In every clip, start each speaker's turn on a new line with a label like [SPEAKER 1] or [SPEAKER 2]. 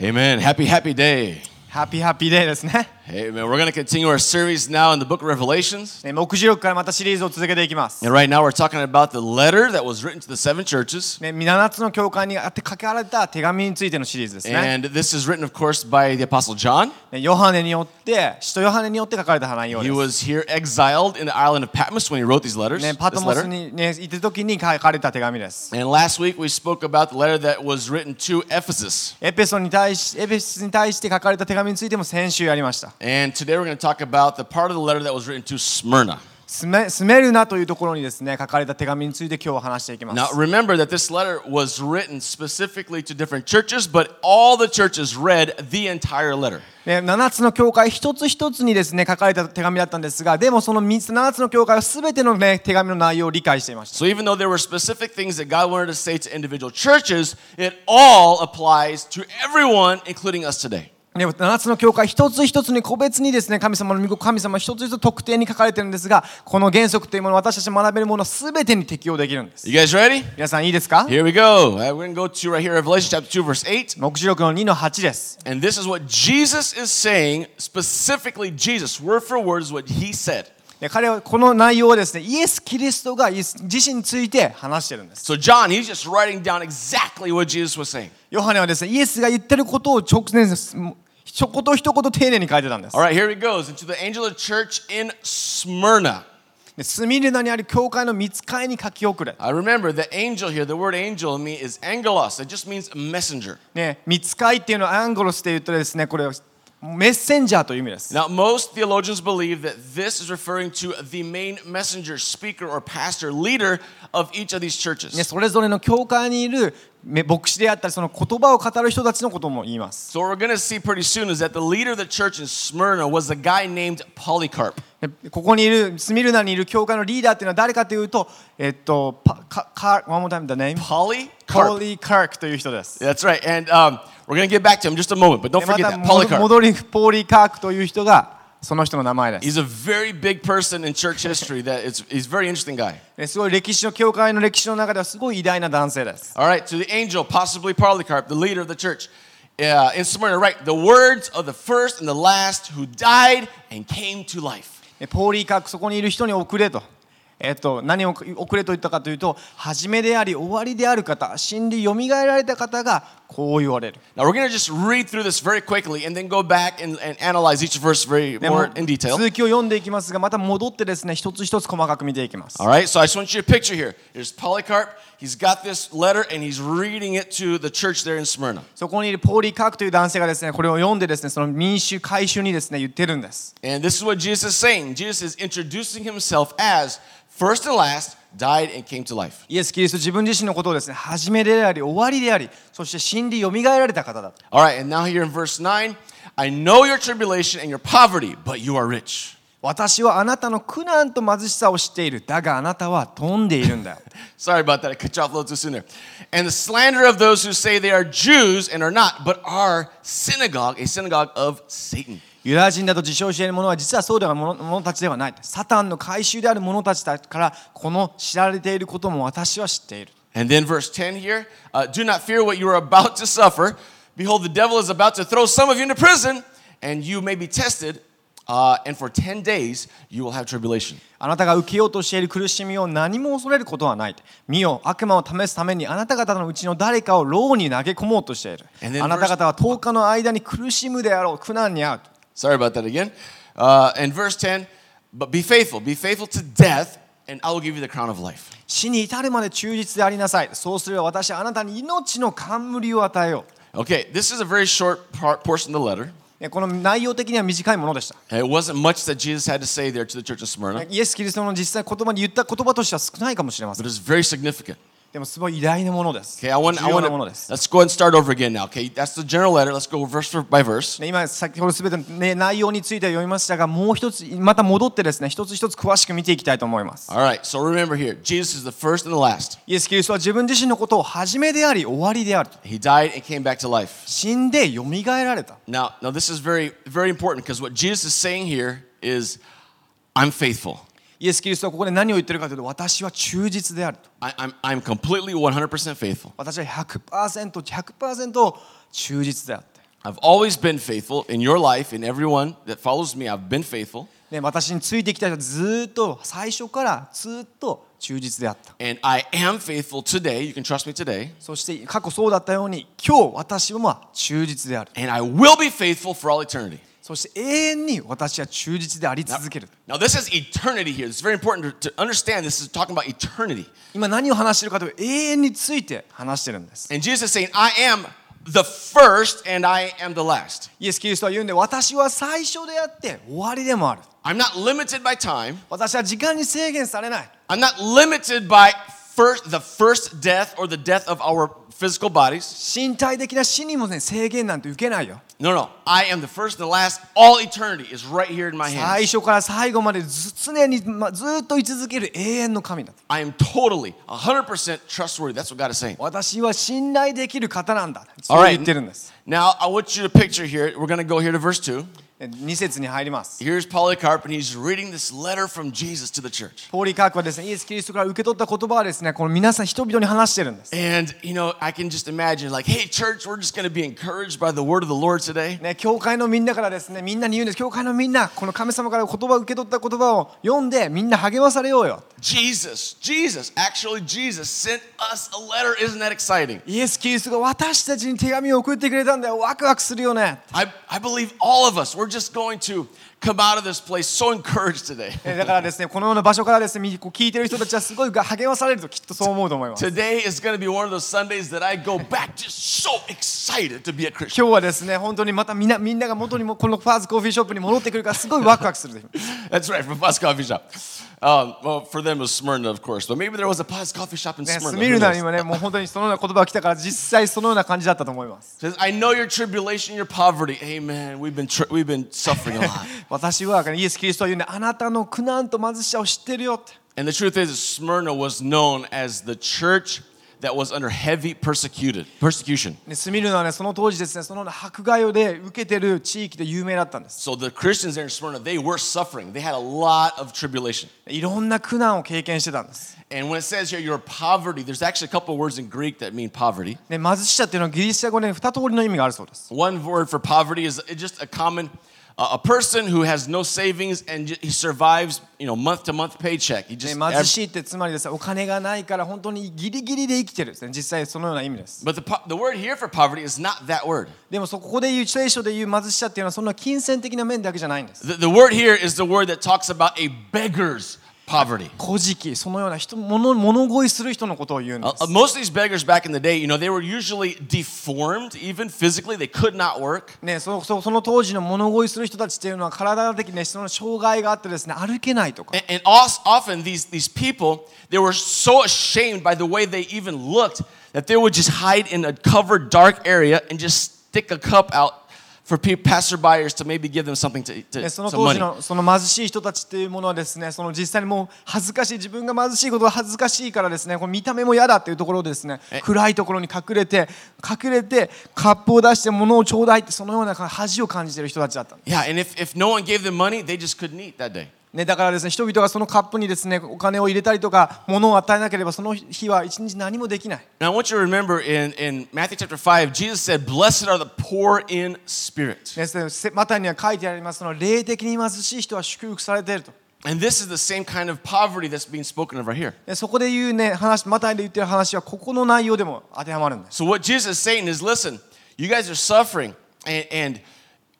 [SPEAKER 1] Amen. Happy, happy day.
[SPEAKER 2] ハッピーハッピーデーですね。
[SPEAKER 1] Amen. We're going to continue our series now in the book of Revelations.
[SPEAKER 2] ね目次録からまたシリーズを続けていきます。
[SPEAKER 1] And right now we're talking about the letter that was written to the seven churches.
[SPEAKER 2] ね、7つの教会にあって書けられた手紙についてのシリーズですね。
[SPEAKER 1] And this is written, of course, by the Apostle John.
[SPEAKER 2] ねヨハネによって、使徒ヨハネによって書かれた内容で
[SPEAKER 1] He
[SPEAKER 2] す。
[SPEAKER 1] was here exiled in the island of Patmos when he wrote these letters.
[SPEAKER 2] ね、パト
[SPEAKER 1] This
[SPEAKER 2] モス
[SPEAKER 1] letter.
[SPEAKER 2] に、ね、いた時に書かれた手紙です。
[SPEAKER 1] And last week we spoke about the letter that was written to Ephesus.
[SPEAKER 2] エペソに対し、エペソに対して書かれた手紙についても先週やりました。
[SPEAKER 1] And today we're going to talk about the part of the letter that was written to Smyrna.
[SPEAKER 2] スメスメルナというところにですね、書かれた手紙について今日は話していきま
[SPEAKER 1] Now
[SPEAKER 2] す。
[SPEAKER 1] remember that this letter was written specifically to different churches, but all the churches read the entire letter.
[SPEAKER 2] ね、7つの教会一つ一つにですね、書かれた手紙だったんですが、でもその3つ7つの教会は全ての、ね、手紙の内容を理解していました。
[SPEAKER 1] So even though there were specific things that God wanted to say to individual churches, it all applies to everyone, including us today.
[SPEAKER 2] ね、7つの教会一つ一つに個別にですね神様の御子神様一つ一つ特定に書かれてるんですがこの原則というもの私たち学べるもの全てに適用できるんです
[SPEAKER 1] You guys ready?
[SPEAKER 2] 皆さんいいですか
[SPEAKER 1] Here we go. Uh, we're going to go to right here, Revelation chapter 2, verse 8.
[SPEAKER 2] 目次録の2の8です、
[SPEAKER 1] And this is what Jesus is saying, specifically Jesus, word for word is what he said.
[SPEAKER 2] ね、彼はこの内容をですねイエス・キリストがイエス自身について話してるんです
[SPEAKER 1] So John, he's just writing down exactly what Jesus was saying.
[SPEAKER 2] ヨハネはですねイエスが言ってることを直接もう一言一言丁寧に書いてたんです
[SPEAKER 1] All right, here he goes. Into the angel of the church in Smyrna.
[SPEAKER 2] でスミルナにある教会の見つかいに書き送れ、
[SPEAKER 1] I remember the angel here, the word angel in me is angelos. It just means messenger.
[SPEAKER 2] ね、見つかいっていうのはアンゴロスって言うとですねこれメッセンジャーという意味です、
[SPEAKER 1] Now, most theologians believe that this is referring to the main messenger, speaker, or pastor, leader of each of these
[SPEAKER 2] ね、
[SPEAKER 1] churches.
[SPEAKER 2] それぞれの教会にいるめ牧師であったりその言葉を語る人たちのことも言います。
[SPEAKER 1] So, what we're going to see pretty soon is that the leader of the church in Smyrna was a guy named Polycarp.
[SPEAKER 2] でここにいるスミルナにいる教会のリーダーっていうのは誰かというと、えっと、パカカー、one more time the name、ポ
[SPEAKER 1] Polycarp.
[SPEAKER 2] リー・カークという人です。
[SPEAKER 1] That's right. And um, we're going to get back to him in just a moment, but
[SPEAKER 2] で
[SPEAKER 1] don't
[SPEAKER 2] ま
[SPEAKER 1] forget
[SPEAKER 2] た
[SPEAKER 1] that
[SPEAKER 2] 戻
[SPEAKER 1] Polycarp.
[SPEAKER 2] 戻りポーリー・カークという人がその人の名前で
[SPEAKER 1] He's
[SPEAKER 2] す。
[SPEAKER 1] a very big person in church history. That it's, he's a very interesting guy.
[SPEAKER 2] ですごい歴史の教会の歴史の中ではすごい偉大な男性です。
[SPEAKER 1] All right, to the angel, possibly Polycarp, the leader of the church uh, in Smyrna, right? The words of the first and the last who died and came to life.
[SPEAKER 2] でポーリー・カークそこにいる人に送れと。えっと、何を送れと言ったかというと初めであり終わりである方死んでよみがえられた方がこう言われる
[SPEAKER 1] Now, we're going to just read through this very quickly and then go back and, and analyze each verse very
[SPEAKER 2] で
[SPEAKER 1] more
[SPEAKER 2] も
[SPEAKER 1] in detail.
[SPEAKER 2] 続きを読んでいきますがまた戻ってですね一つ一つ細かく見ていきます、
[SPEAKER 1] All right, so I just want you to picture here. Here's Polycarp. He's got this letter and he's reading it to the church there in Smyrna.
[SPEAKER 2] そこにいるポーリー・カークという男性がですねこれを読んでですねその民衆改宗にですね言ってるんです
[SPEAKER 1] And this is what Jesus is saying. Jesus is introducing himself as first and last, died and came to life.
[SPEAKER 2] イエス・キリスト自分自身のことをですね始めであり終わりでありそして死んでよみがえられた方だ
[SPEAKER 1] All right, and now here in verse 9, I know your tribulation and your poverty, but you are rich.
[SPEAKER 2] 私はあなたの苦難と貧しさを知っているだがあなたは富んでいるんだよ
[SPEAKER 1] Sorry about that, I cut you off a little too soon there. And the slander of those who say they are Jews and are not, but are synagogue, a synagogue of Satan.
[SPEAKER 2] ユダヤ人だと自称している者は実はそうではない者者たちではないサタンの改宗である者たちだからこの知られていることも私は知っている
[SPEAKER 1] And then verse 10 here uh, do not fear what you are about to suffer. Behold, the devil is about to throw some of you into prison, and you may be tested, uh, and for 10 days you will have tribulation.
[SPEAKER 2] あなたが受けようとしている苦しみを何も恐れることはない。見よ、悪魔を試すためにあなた方のうちの誰かを牢に投げ込もうとしている
[SPEAKER 1] And then。
[SPEAKER 2] あなた方は10日の間に苦しむであろう、苦難に遭う。
[SPEAKER 1] Sorry about that again. Uh, and verse 10, but be faithful, be faithful to death, and I will give you the crown of life.
[SPEAKER 2] 死に至るまで忠実でありなさい。そうすれば私はあなたに命の冠を与えよ
[SPEAKER 1] Okay, this is a very short part, portion of the letter.
[SPEAKER 2] う。ねこの内容的には短いものでした。
[SPEAKER 1] It wasn't much that Jesus had to say there to the church of Smyrna,
[SPEAKER 2] イエス・キリストの実際言葉に言った言葉としては少ないかもしれませ
[SPEAKER 1] but
[SPEAKER 2] ん。
[SPEAKER 1] it's very significant.
[SPEAKER 2] でもすごい偉大なものです。重
[SPEAKER 1] Okay, I want, I
[SPEAKER 2] 要
[SPEAKER 1] want
[SPEAKER 2] なものです。
[SPEAKER 1] to, let's go ahead and start over again now. Okay, that's the general letter. Let's go verse for- by verse.
[SPEAKER 2] ね今先ほどすべての、ね、内容については読みましたがもう一つまた戻ってですね一つ一つ詳しく見ていきたいと思います
[SPEAKER 1] All right, so remember here, Jesus is the first and the last.
[SPEAKER 2] イエス・キリストは自分自身のことを始めであり終わりであると
[SPEAKER 1] He died and came back to life.
[SPEAKER 2] 死んでよみがえられた
[SPEAKER 1] Now, now this is very, very important because what Jesus is saying here is, I'm faithful.
[SPEAKER 2] イエス・キリストはここで何を言ってるかというと私は忠実であると
[SPEAKER 1] I, I'm, I'm completely 100% faithful.
[SPEAKER 2] 私は 100%100% 忠実であって
[SPEAKER 1] I've always been faithful in your life, in everyone that follows me. I've been faithful,
[SPEAKER 2] で私についてきた人はずーっと最初からずーっと忠実であった
[SPEAKER 1] and I am faithful today. You can trust me today.
[SPEAKER 2] そして過去そうだったように今日私はまあ忠実である
[SPEAKER 1] And I will be faithful for all eternity.
[SPEAKER 2] そして永遠に私は忠実であり続ける
[SPEAKER 1] Now, this is eternity here. It's very important to, to understand this is talking about eternity.
[SPEAKER 2] 今何を話してるかというと永遠について話してるんです
[SPEAKER 1] And Jesus is saying, I am the first and I am the last.
[SPEAKER 2] イエス・キリストは言うんで私は最初であって終わりでもある
[SPEAKER 1] I'm not limited by time.
[SPEAKER 2] 私は時間に制限されない
[SPEAKER 1] I'm not limited by first, the first death or the death of our physical bodies.
[SPEAKER 2] 身体的な死にもね制限なんて受けないよ
[SPEAKER 1] No, no. I am the first and the last. All eternity is right here in my
[SPEAKER 2] 最
[SPEAKER 1] hands.
[SPEAKER 2] 初から最後までず常に、ま、ずっと居続ける永遠の神だ
[SPEAKER 1] I am totally, 100% trustworthy. That's what God is saying.
[SPEAKER 2] 私は信頼できる方なんだそ
[SPEAKER 1] All
[SPEAKER 2] う言
[SPEAKER 1] right.
[SPEAKER 2] ってるんです、
[SPEAKER 1] Now, I want you to picture here. We're going to go here to verse 2.
[SPEAKER 2] 2節に入ります
[SPEAKER 1] Here's Polycarp, and he's reading this letter from Jesus to the church.
[SPEAKER 2] ポーリカークはですねイエス・キリストから受け取った言葉はですねこの皆さん人々に話してるんです、
[SPEAKER 1] And, you know, I can just imagine, like, hey, church, we're just going to be encouraged by the word of the Lord today.
[SPEAKER 2] ね、教会のみんなからですねみんなに言うんです教会のみんなこの神様から言葉を受け取った言葉を読んでみんな励まされようよ
[SPEAKER 1] Jesus, Jesus, actually, Jesus sent us a letter. Isn't that exciting?
[SPEAKER 2] イエス・キリストが私たちに手紙を送ってくれたんだよワクワクするよね
[SPEAKER 1] I, I believe all of us, we're just going to come out of this place so encouraged today.
[SPEAKER 2] えだからですねこのような場所からですねみこう聞いてる人たちはすごい励まされるときっとそう思うと思います
[SPEAKER 1] Today is going to be one of those Sundays that I go back just so excited to be a Christian.
[SPEAKER 2] 今日はですね本当にまたみんなみんなが元にもこのファーズコーヒーショップに戻ってくるからすごいワクワク する
[SPEAKER 1] That's right, from Paz Coffee Shop. Um, well, for them it was Smyrna, of course, but maybe there was a Paz Coffee Shop in
[SPEAKER 2] ね、ス
[SPEAKER 1] Smyrna.
[SPEAKER 2] ミ
[SPEAKER 1] Who
[SPEAKER 2] ルナに
[SPEAKER 1] knows?
[SPEAKER 2] もね、もう本当にそのような言葉が来たから、実際そのような感じだったと思います。
[SPEAKER 1] Says, I know your tribulation, your poverty. Amen. We've been, tri- we've been suffering a lot.
[SPEAKER 2] 私はイエス・キリストは言うんで、あなたの苦難と貧しさを知ってるよって。
[SPEAKER 1] and the truth is, Smyrna was known as the church that was under heavy persecuted persecution.
[SPEAKER 2] ね、スミルナはね、その当時ですね、そのような迫害をで受けてる地域で有名だったんです。
[SPEAKER 1] So the Christians there in Smyrna, they were suffering. They had a lot of tribulation.
[SPEAKER 2] いろんな苦難を経験してたんです。
[SPEAKER 1] And when it says here your poverty, there's actually a couple of words in Greek that mean poverty.
[SPEAKER 2] ね、貧しさっていうのはギリシャ語で2通りの意味があるそうです。
[SPEAKER 1] One word for poverty is just a common, uh, a person who has no savings and j- he survives, you know, month to month paycheck. He
[SPEAKER 2] ね
[SPEAKER 1] just,
[SPEAKER 2] 貧
[SPEAKER 1] ev-
[SPEAKER 2] しいってつまりですねお金がないから本当にギリギリで生きてるですね。実際そのような意味です。
[SPEAKER 1] but the, po- the word here for poverty is not that word.
[SPEAKER 2] でもそこでいう聖書でいう貧しさっていうのはそんな金銭的な面だけじゃないんです。
[SPEAKER 1] The, the word here is the word that talks about a beggar's poverty.
[SPEAKER 2] 古事記そのような人物物乞いする人のことを言うんで
[SPEAKER 1] Uh,
[SPEAKER 2] す
[SPEAKER 1] uh, most of these beggars back in the day, you know, they were usually deformed, even physically. They could not work.
[SPEAKER 2] ね、そそその当時の物乞いする人たちっていうのは体的ねその障害があってですね歩けないとか、
[SPEAKER 1] And, and os- often these, these people, they were so ashamed by the way they even looked that they would just hide in a covered dark area and just stick a cup out for pe- passerbyers to maybe give them something to,
[SPEAKER 2] ね、
[SPEAKER 1] to
[SPEAKER 2] その
[SPEAKER 1] some
[SPEAKER 2] 当時
[SPEAKER 1] money.
[SPEAKER 2] のその貧しい人たちっていうものはですねその実際にもう恥ずかしい自分が貧しいことが恥ずかしいからですねこの見た目も嫌だっていうところでですね
[SPEAKER 1] え
[SPEAKER 2] 暗いところに隠れて隠れてカップを出して物をちょうだいってそのような恥を感じてる人たちだったんです
[SPEAKER 1] Yeah, and if, if no one gave them money, they just couldn't eat that day.
[SPEAKER 2] ね、だからですね人々がそのカップにですねお金を入れたりとか物を与えなければその日は一日何もできない
[SPEAKER 1] Now, I want you to remember in, in Matthew chapter 5, Jesus said, Blessed are the poor in spirit.
[SPEAKER 2] ですねせマタイには書いてありますその霊的に貧しい人は祝福されていると
[SPEAKER 1] And this is the same kind of poverty that's being spoken of right here.
[SPEAKER 2] でそこで言うね話マタイで言ってる話はここの内容でも当てはまるんです
[SPEAKER 1] So what Jesus is saying is, listen, you guys are suffering, and, and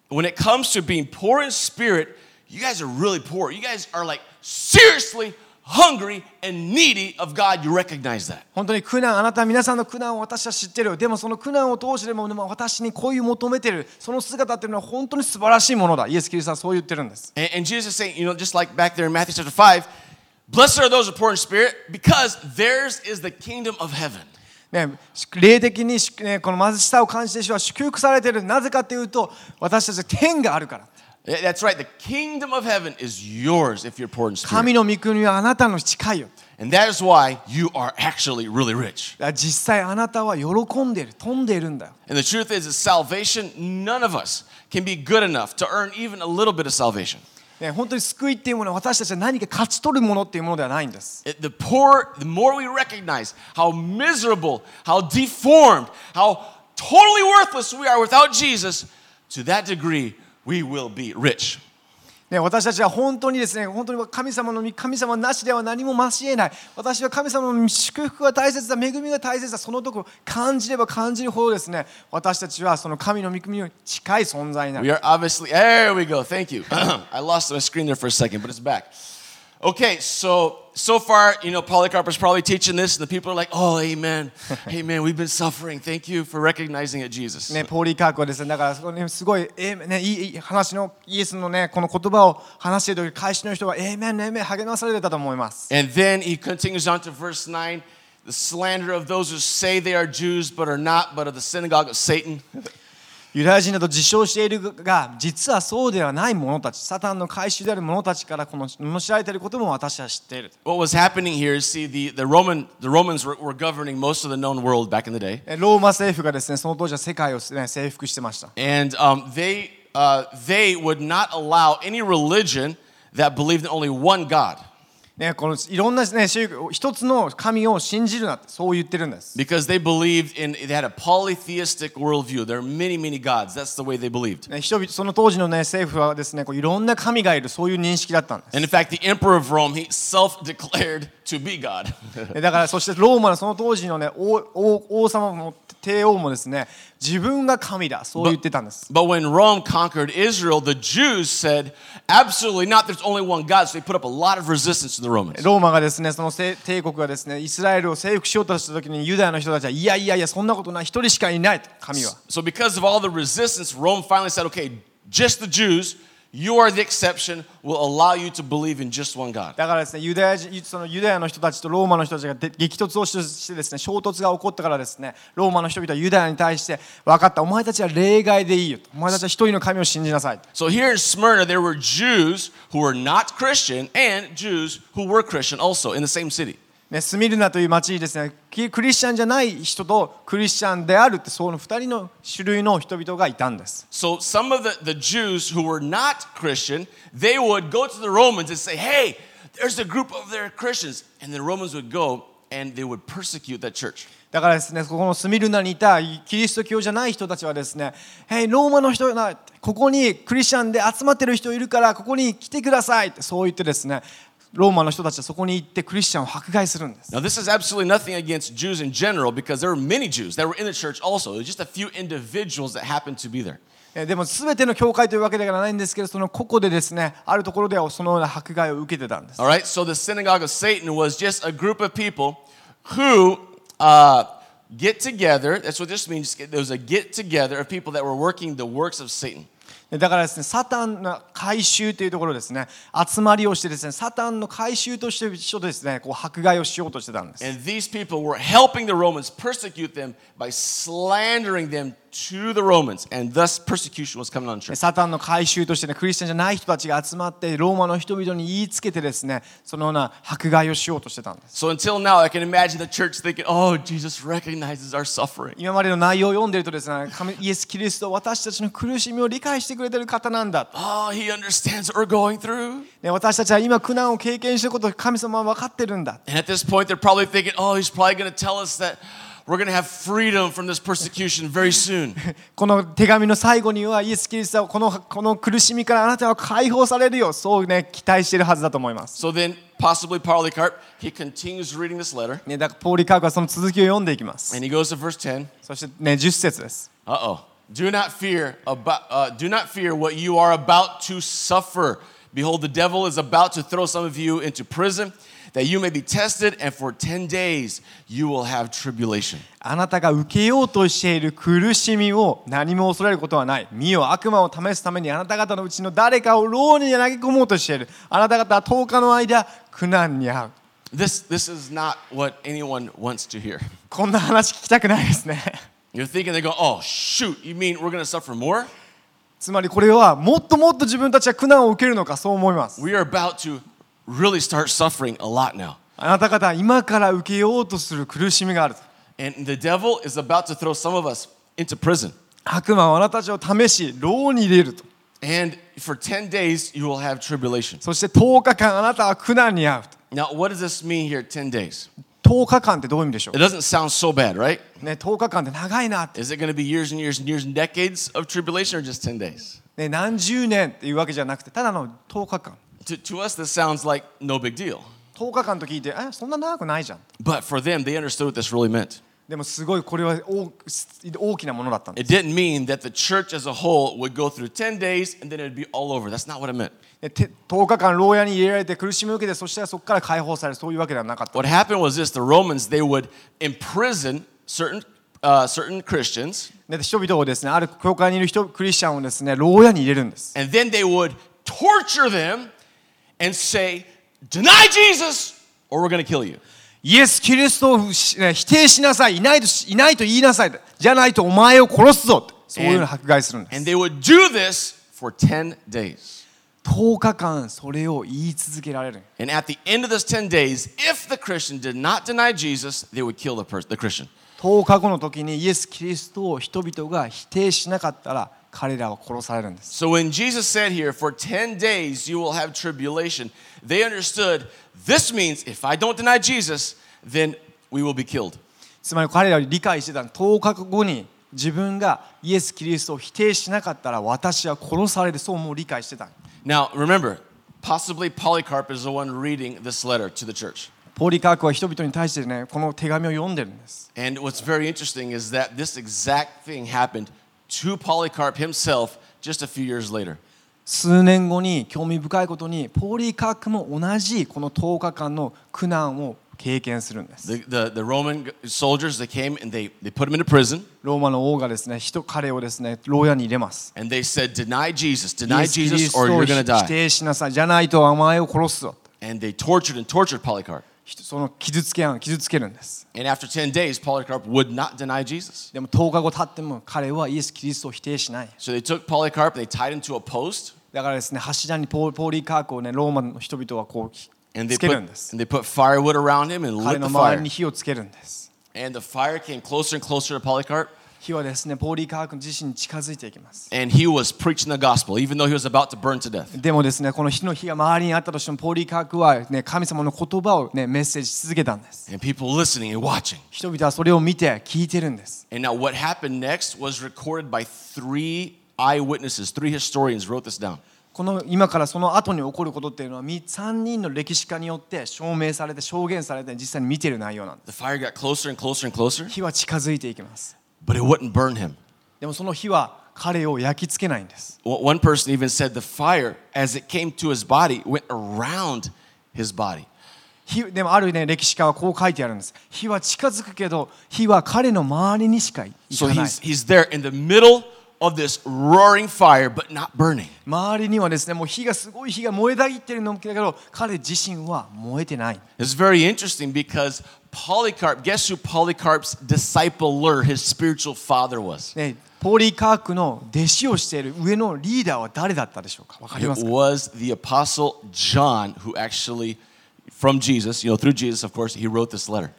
[SPEAKER 1] when it comes to being poor in spirit, you guys are really poor. You guys are like seriously hungry and needy of God. You recognize that.
[SPEAKER 2] 本当に苦難あなた皆さんの苦難を私は知ってるよでもその苦難を通してでもでも私に恋を求めてるその姿っていうのは本当に素晴らしいものだイエス・キリストはそう言ってるんです
[SPEAKER 1] And, and Jesus is saying, you know, just like back there in Matthew chapter five, blessed are those who are poor in spirit, because theirs is the kingdom of heaven.
[SPEAKER 2] ね、し霊的にし、ね、この貧しさを感じてる人は祝福されてるなぜかというと私たちは天があるから
[SPEAKER 1] Yeah, That's right. The kingdom of heaven is yours if you're poor in spirit,
[SPEAKER 2] 神の御国はあなたの近いよ
[SPEAKER 1] and that is why you are actually really rich.
[SPEAKER 2] だから実際あなたは喜んでる飛んでいるんだよ
[SPEAKER 1] And the truth is, is salvation, none of us can be good enough to earn even a little bit of salvation.
[SPEAKER 2] ね、本当に救いっていうものは私たちは何か勝ち取るものっていうものではないんです。
[SPEAKER 1] It- the poor, the more we recognize how miserable, how deformed, how totally worthless we are without Jesus, to that degree we will be rich.
[SPEAKER 2] ね、私たちは本当にですね、本当に神様の身神様なしでは何も成し得ない。私は神様の祝福が大切だ、恵みが大切だ、そのところ感じれば感じるほどですね、私たちはその神の御国に近い存在になる。
[SPEAKER 1] We are obviously, there we go, thank you. I lost my screen there for a second, but it's back. Okay, so so far, you know, Polycarp is probably teaching this, and the people are like, oh, amen, amen, we've been suffering. Thank you for recognizing it, Jesus.
[SPEAKER 2] ね、ポーリー・カークはですね、だからそこにすごい、えーね、いいいい話のイエスのね、この言葉を話している時、会心の人は、えーめん、えーめん、励まされてたと思います。
[SPEAKER 1] And then he continues on to verse 9 the slander of those who say they are Jews but are not, but of the synagogue of Satan.
[SPEAKER 2] ユダヤ人だと自称しているが、実はそうではない者たち、サタンの回収である者たちからこの罵られていることも私は知っている。
[SPEAKER 1] What was happening here is see, the, the, Roman, the Romans were, were governing most of the known world back in the day.
[SPEAKER 2] えローマ政府がですね、その当時は世界を、ね、征服してました。
[SPEAKER 1] And um, they, uh, they would not allow any religion that believed in only one God
[SPEAKER 2] ね、このいろんな、ね、宗教一つの神を信じるなって、そう言ってるんです。
[SPEAKER 1] because they believed in, they had a polytheistic worldview. There are many, many gods. That's the way they believed.
[SPEAKER 2] ね、人々その当時の、ね、政府はですねこういろんな神がいるそういう認識だったんです
[SPEAKER 1] And in fact, the emperor of Rome, he self declared to be God.
[SPEAKER 2] でだからそしてローマのその当時のね王王王様も帝王もですね自分が神だそう言ってたんです
[SPEAKER 1] But when Rome conquered Israel, the Jews said, absolutely not, there's only one God. So they put up a lot of resistance to the Romans.
[SPEAKER 2] ローマがですねそのせ帝国がですねイスラエルを征服しようとした時にユダヤの人たちはいやいやいやそんなことない一人しかいないと神は
[SPEAKER 1] So, because of all the resistance, Rome finally said, okay, just the Jews, you are the exception, will allow you to believe in just one God.
[SPEAKER 2] だからですねユダヤ人そのユダヤの人たちとローマの人たちがで激突をししてですね衝突が起こったからですねローマの人々はユダヤに対して分かったお前たちは例外でいいよとお前たちは一人の神を信じなさい
[SPEAKER 1] So, here in Smyrna, there were Jews who were not Christian and Jews who were Christian also in the same city.
[SPEAKER 2] ね、スミルナという町にですねキクリスチャンじゃない人とクリスチャンであるってその2人の種類の人々がいたんです
[SPEAKER 1] So, some of the, the Jews who were not Christian, they would go to the Romans and say, Hey, there's a group of their Christians. And the Romans would go and they would persecute that church.
[SPEAKER 2] だからですねここのスミルナにいたキリスト教じゃない人たちはですね「えいローマの人なここにクリスチャンで集まってる人いるからここに来てください」ってそう言ってですねローマの人たちはそこに行ってクリスチャンを迫害するんです
[SPEAKER 1] Now, this is absolutely nothing against Jews in general because there were many Jews that were in the church also. It was just a few individuals that happened to be there.
[SPEAKER 2] えでも全ての教会というわけではないんですけどその個々でですねあるところではそのような迫害を受けてたんです
[SPEAKER 1] All right, so the synagogue of Satan was just a group of people who uh, get together. That's what this means. There was a get together of people that were working the works of Satan.
[SPEAKER 2] でだからですね、サタンの回収というところですね、集まりをしてですね、サタンの回収として一緒ですね、こう迫害をしようとしてたんです。
[SPEAKER 1] And these people were helping the Romans persecute them by slandering them to the Romans, and thus persecution was coming on the
[SPEAKER 2] で
[SPEAKER 1] church.
[SPEAKER 2] サタンの回収としてね、クリスチャンじゃない人たちが集まって、ローマの人々に言いつけてですね、そのような迫害をしようとしてたんです。
[SPEAKER 1] So until now, I can imagine the church thinking, "Oh, Jesus recognizes our suffering."
[SPEAKER 2] 今までの内容を読んでるとですね、神イエス・キリストは私たちの苦しみを理解してくれてる方なんだ。
[SPEAKER 1] Oh, He understands what we're going through.
[SPEAKER 2] ね、私たちは今苦難を経験してることを神様は分かってるんだ。
[SPEAKER 1] And at this point, they're probably thinking, "Oh, He's probably going to tell us that we're going to have freedom from this persecution very soon."
[SPEAKER 2] この手紙の最後にはイエス・キリストはこのこの苦しみからあなたは解放されるよそうね期待しているはずだと思います、
[SPEAKER 1] so then, possibly Polycarp, he continues reading this letter,
[SPEAKER 2] ね、だからポーリカークはその続きを読んでいきます
[SPEAKER 1] and he goes to verse ten.
[SPEAKER 2] そしてね10節です
[SPEAKER 1] Uh oh. Do not fear about. Uh, do not fear what you are about to suffer. Behold, the devil is about to throw some of you into prison, that you may be tested, and for ten days you will have tribulation.
[SPEAKER 2] あなたが受けようとしている苦しみを何も恐れることはない。見よ悪魔を試すためにあなた方のうちの誰かを牢に投げ込もうとしている。あなた方は10日の間苦難に遭う。
[SPEAKER 1] This this is not what anyone wants to hear.
[SPEAKER 2] こんな話聞きたくないですね。
[SPEAKER 1] You're thinking they go, oh shoot, you mean we're gonna suffer more?
[SPEAKER 2] つまりこれはもっともっと自分たちは苦難を受けるのかそう思います。
[SPEAKER 1] We are about to really start suffering a lot now.
[SPEAKER 2] あなた方は今から受けようとする苦しみがあると
[SPEAKER 1] And the devil is about to throw some of us into prison.
[SPEAKER 2] 悪魔はあなたたちを試し牢に入れると
[SPEAKER 1] And for 10 days you will have tribulation.
[SPEAKER 2] そして10日間あなたは苦難に遭うと
[SPEAKER 1] Now, what does this mean here, 10 days?
[SPEAKER 2] 10日間ってどういう意味でしょ
[SPEAKER 1] It doesn't sound so bad, right?
[SPEAKER 2] う、ね、10日間って長いなって、
[SPEAKER 1] Is it going to be years and years and years and decades of tribulation or just 10 days?
[SPEAKER 2] ね、何十年っていうわけじゃなくてただの10日間
[SPEAKER 1] To, to us, this sounds like no big deal.
[SPEAKER 2] 10日間と聞いてえそんな長くないじゃん
[SPEAKER 1] But for them, they understood what this really meant.
[SPEAKER 2] でもすごいこれは大大きなものだったんです
[SPEAKER 1] It didn't mean that the church as a whole would go through 10 days and then it would be all over. That's not what it meant.
[SPEAKER 2] でて10日間牢屋に入れられて苦しみを受けてそしたらそこから解放されるそういうわけではなかった
[SPEAKER 1] What happened was this the Romans, they would imprison certain, uh, certain Christians
[SPEAKER 2] で人々をですねある教会にいる人クリスチャンをですね牢屋に入れるんです
[SPEAKER 1] and then they would torture them and say, Deny Jesus or we're going to kill you.
[SPEAKER 2] イエス・キリストをしね否定しなさいいないとしいないと言いなさいじゃないとお前を殺すぞそういうのを迫害するんです
[SPEAKER 1] And they would do this for 10 days.
[SPEAKER 2] 10日間それを言い続けられる
[SPEAKER 1] And at the end of those 10 days, if the Christian did not deny Jesus, they would kill the, person, the Christian.
[SPEAKER 2] 10日後の時にイエス・キリストを人々が否定しなかったら彼らは殺されるんです
[SPEAKER 1] So when Jesus said here, for 10 days you will have tribulation, they understood this means if I don't deny Jesus, then we will be killed.
[SPEAKER 2] つまり彼らは理解してたの10日後に自分がイエス・キリストを否定しなかったら私は殺されるそうもう理解してた
[SPEAKER 1] Now, remember, possibly Polycarp is the one reading this letter to the church.
[SPEAKER 2] ポリカークは人々に対してねこの手紙を読んでるんです
[SPEAKER 1] And what's very interesting is that this exact thing happened to Polycarp himself just a few years later.
[SPEAKER 2] 数年後に興味深いことにポリカークも同じこの10日間の苦難を経験するんです
[SPEAKER 1] The, the, the Roman soldiers, they came and they, they put him into prison.
[SPEAKER 2] ローマの王がですね人彼をですね牢屋に入れます
[SPEAKER 1] And they said, Deny Jesus,
[SPEAKER 2] イエ
[SPEAKER 1] deny
[SPEAKER 2] ス・キリス
[SPEAKER 1] Jesus,
[SPEAKER 2] ト
[SPEAKER 1] or
[SPEAKER 2] を
[SPEAKER 1] you're
[SPEAKER 2] 否
[SPEAKER 1] going to die.
[SPEAKER 2] 定しなさいじゃないとお前を殺すぞ
[SPEAKER 1] And they tortured and tortured Polycarp.
[SPEAKER 2] その傷つけ合う傷つけるんです
[SPEAKER 1] And after 10 days, Polycarp would not deny Jesus.
[SPEAKER 2] でも10日後経っても彼はイエス・キリストを否定しない
[SPEAKER 1] So they took Polycarp, they tied him to a post,
[SPEAKER 2] だからですね柱にポーポーリーカークをねローマの人々はこうひ
[SPEAKER 1] and they, put,
[SPEAKER 2] つけるんです
[SPEAKER 1] and they put firewood around him and
[SPEAKER 2] 彼
[SPEAKER 1] lit
[SPEAKER 2] の
[SPEAKER 1] the
[SPEAKER 2] 周
[SPEAKER 1] fire.
[SPEAKER 2] りに火をつけるんです
[SPEAKER 1] And the fire came closer and closer to Polycarp,
[SPEAKER 2] 火はですねポーリーカーク自身に近づいていきます
[SPEAKER 1] and he was preaching the gospel, even though he was about to burn to death.
[SPEAKER 2] でもですねこの火の火が周りにあったとしてもポーリーカークはね神様の言葉をねメッセージし続けたんです
[SPEAKER 1] And people listening and watching.
[SPEAKER 2] 人々はそれを見て聞いてるんです
[SPEAKER 1] And now what happened next was recorded by three eyewitnesses, three historians wrote this down.
[SPEAKER 2] この今からその後に起こることっていうのは3人の歴史家によって証明されて証言されて実際に見てる内容なんです
[SPEAKER 1] The fire got closer and closer and closer,
[SPEAKER 2] 火は近づいていきます
[SPEAKER 1] but it wouldn't burn him.
[SPEAKER 2] でもその火は彼を焼き付けないんです
[SPEAKER 1] One one person even said the fire, as it came to his body, went around his body.
[SPEAKER 2] 火でもある、ね、歴史家はこう書いてあるんです火は近づくけど火は彼の周りにしか行
[SPEAKER 1] So
[SPEAKER 2] かない
[SPEAKER 1] he's, he's there in the middle of this roaring fire, but not burning.
[SPEAKER 2] 周りにはですねもう火がすごい火が燃えたぎってるのだけど彼自身は燃えてない
[SPEAKER 1] It's very interesting because Polycarp, guess who Polycarp's discipler, his spiritual father, was?
[SPEAKER 2] ねポーリーカークの弟子をしている上のリーダーは誰だったでしょうかわかり
[SPEAKER 1] It
[SPEAKER 2] ますか
[SPEAKER 1] was the apostle John who actually, from Jesus, you know, through Jesus, of course, he wrote this letter.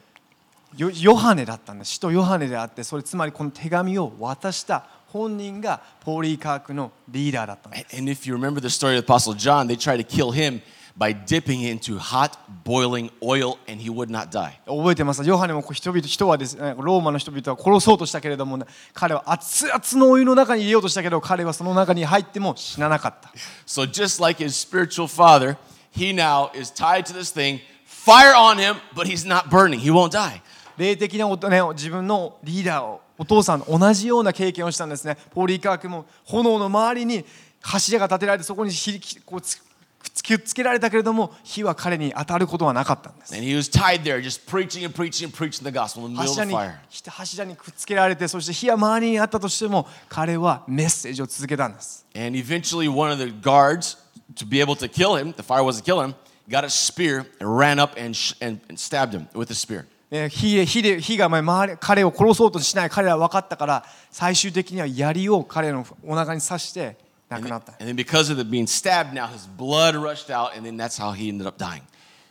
[SPEAKER 2] ヨヨハネだったんです使徒ヨハネであってそれつまりこの手紙を渡した本人がポーリーカークのリーダーだったんです
[SPEAKER 1] And- And if you remember the story of the apostle John, they tried to kill him by dipping into hot boiling oil and he would not die.
[SPEAKER 2] 覚えてますヨハネもこう人々人はですねローマの人々は殺そうとしたけれども、ね、彼は熱々のお湯の中に入れようとしたけど彼はその中に入っても死ななかった
[SPEAKER 1] So just like his spiritual father, he now is tied to this thing, fire on him, but he's not burning. He won't die.
[SPEAKER 2] 霊的なお、ね、自分のリーダーをお父さんと同じような経験をしたんですねポーリーカークも炎の周りに柱が立てられてそこに火こうつくっつけつけられたけれども火は彼に当たることはなかったんです
[SPEAKER 1] And he was tied there, just preaching and preaching and preaching the gospel in the middle
[SPEAKER 2] 柱
[SPEAKER 1] of the
[SPEAKER 2] に
[SPEAKER 1] fire.
[SPEAKER 2] 柱にくっつけられてそして火は周りにあったとしても彼はメッセージを続けたんです
[SPEAKER 1] And eventually, one of the guards, to be able to kill him, the fire wasn't killing him, got a spear and ran up and, sh- and, and stabbed him with a spear.
[SPEAKER 2] ね火で火で火がまあ周り彼を殺そうとしない彼らは分かったから最終的には槍を彼のお腹に刺して亡
[SPEAKER 1] And
[SPEAKER 2] く
[SPEAKER 1] then,
[SPEAKER 2] なった。
[SPEAKER 1] and then because of the being stabbed, now his blood rushed out, and then that's how he ended up dying.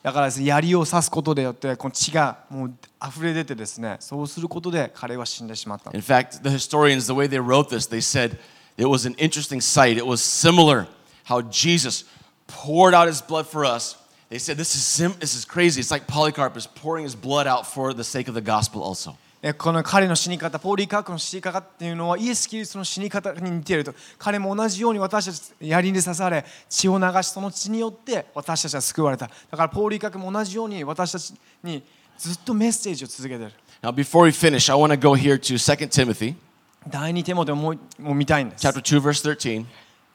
[SPEAKER 2] だからですね槍を刺すことでよってこの血がもう溢れ出てですねそうすることで彼は死んでしまった。
[SPEAKER 1] In fact, the historians, the way they wrote this, they said it was an interesting sight. It was similar how Jesus poured out his blood for us, They said, this is, sim- this is crazy. It's like Polycarp is pouring his blood out for the sake of the gospel also.
[SPEAKER 2] えこの彼の死に方、ポーリー・カークの死に方っていうのはイエス・キリストの死に方に似ていると。彼も同じように私たち槍で刺され、血を流し、その血によって私たちは救われた。だからポーリー・カークも同じように私たちにずっとメッセージを続けている。
[SPEAKER 1] Now, before we finish, I want to go here to 2 Timothy
[SPEAKER 2] 第二手モテをもうもう見たいんです。
[SPEAKER 1] chapter 2, verse 13.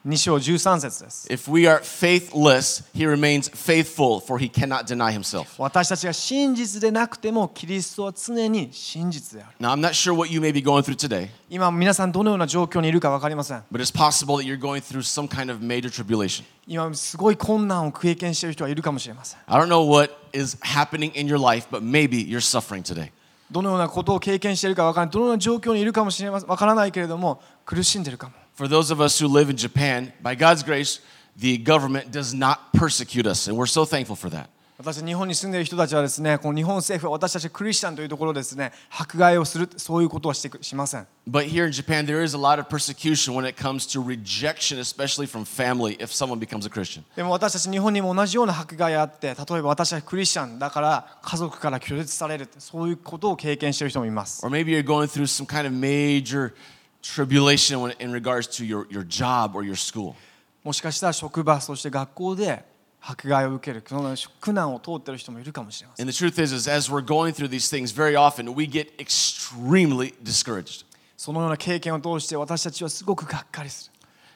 [SPEAKER 2] 2章13節です。
[SPEAKER 1] If we are faithless, he remains faithful, for he cannot deny himself.
[SPEAKER 2] 私たちが真実でなくてもキリストは常に真実である。
[SPEAKER 1] Now, I'm not sure what you may be going through today,
[SPEAKER 2] 今皆さんどのような状況にいるか分かりません。
[SPEAKER 1] but it's possible that you're going through some kind of major tribulation.
[SPEAKER 2] 今すごい困難を経験している人はいるかもしれません。
[SPEAKER 1] I don't know what is happening in your life, but maybe you're suffering today.
[SPEAKER 2] どのようなことを経験しているか分からない、どのような状況にいるかもしれません分からないけれども、苦しんでいるかも。
[SPEAKER 1] For those of us who live in Japan, by God's grace, the government does not persecute us, and we're so thankful for that.
[SPEAKER 2] 私たち日本に住んでいる人たちはですね、この日本政府は私たちクリスチャンというところですね、迫害をする、そういうことはしてくしません。
[SPEAKER 1] But here in Japan, there is a lot of persecution when it comes to rejection, especially from family, if someone becomes a Christian.
[SPEAKER 2] でも私たち日本にも同じような迫害があって、例えば私はクリスチャンだから家族から拒絶される、そういうことを経験している人もいます。
[SPEAKER 1] Or maybe you're going through some kind of major tribulation when, in regards to your, your job or your school.
[SPEAKER 2] もしかしたら職場、そして学校で迫害を受ける、その苦難を通っている人もいるかもしれません。
[SPEAKER 1] And the truth is, is as we're going through these things, very often we get extremely discouraged.
[SPEAKER 2] そのような経験を通して私たちはすごくがっかりする。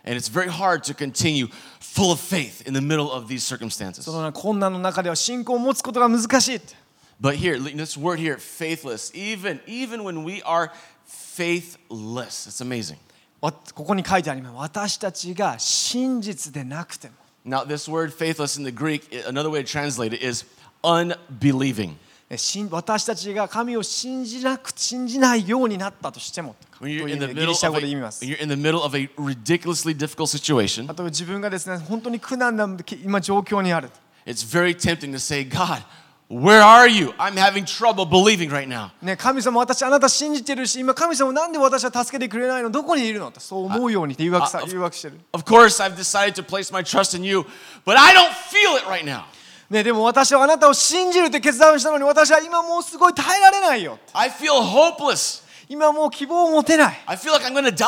[SPEAKER 1] And it's very hard to continue full of faith in the middle of these circumstances.
[SPEAKER 2] そのような困難の中では信仰を持つことが難しいって
[SPEAKER 1] But here, this word here, faithless, even, even when we are faithless, it's amazing.
[SPEAKER 2] わここに書いてあります私たちが真実でなくても
[SPEAKER 1] Now, this word faithless in the Greek, i- another way to translate it is unbelieving.
[SPEAKER 2] え信私たちが神を信じなく信じないようになったとしても
[SPEAKER 1] When you're
[SPEAKER 2] とい
[SPEAKER 1] in
[SPEAKER 2] う
[SPEAKER 1] the
[SPEAKER 2] ギ
[SPEAKER 1] middle
[SPEAKER 2] リシャ
[SPEAKER 1] of
[SPEAKER 2] 語
[SPEAKER 1] a,
[SPEAKER 2] で言います
[SPEAKER 1] when you're in the middle of a ridiculously difficult situation,
[SPEAKER 2] あと自分がですね本当に苦難なき今状況にある
[SPEAKER 1] it's very tempting to say, God, where are you? I'm having trouble believing right now.
[SPEAKER 2] ね、神様私あなた信じてるし今神様なんで私は助けてくれないのどこにいるのってそう思うようにって誘惑さ
[SPEAKER 1] ああ
[SPEAKER 2] 誘惑してる、
[SPEAKER 1] Of course, I've decided to place my trust in you, but I don't feel it right now.
[SPEAKER 2] ね、でも私はあなたを信じるって決断したのに私は今もうすごい耐えられないよ
[SPEAKER 1] I feel hopeless.
[SPEAKER 2] 今もう希望を持てない
[SPEAKER 1] I feel like I'm going to die.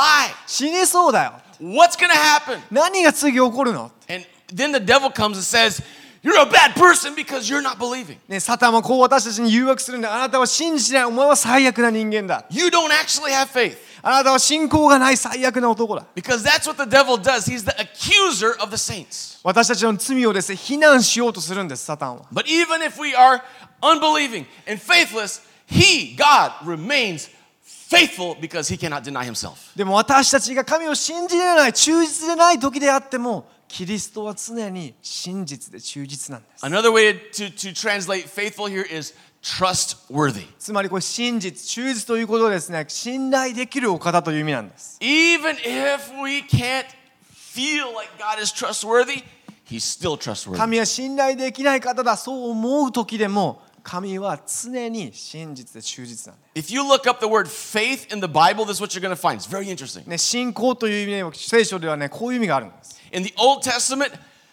[SPEAKER 2] 死にそうだよ
[SPEAKER 1] What's going to happen?
[SPEAKER 2] 何が次起こるの、
[SPEAKER 1] And then the devil comes and says, You're a bad person because you're not believing.
[SPEAKER 2] ね、サタンはこう私たちに誘惑するんだあなたは信じないお前は最悪な人間だ
[SPEAKER 1] You don't actually have faith.
[SPEAKER 2] あなたは信仰がない最悪な男だ
[SPEAKER 1] Because that's what the devil does. He's the accuser of the saints.
[SPEAKER 2] 私たちの罪をですね非難しようとするんですサタンは
[SPEAKER 1] But even if we are unbelieving and faithless, he, God, remains faithful because he cannot deny himself.
[SPEAKER 2] でも私たちが神を信じれない忠実でない時であってもキリストは常に真実で忠実なんです
[SPEAKER 1] Another way to, to translate faithful here is trustworthy.
[SPEAKER 2] つまりこれ真実忠実ということはですね信頼できるお方という意味なんです
[SPEAKER 1] Even if we can't feel like God is trustworthy, he's still trustworthy.
[SPEAKER 2] 神は信頼できない方だそう思う時でも神は常に真実で忠実なんです
[SPEAKER 1] If you look up the word faith in the Bible, this is what you're going to find. It's very interesting.
[SPEAKER 2] ね、信仰という意味でも聖書ではねこういう意味があるんです
[SPEAKER 1] In the Old Testament,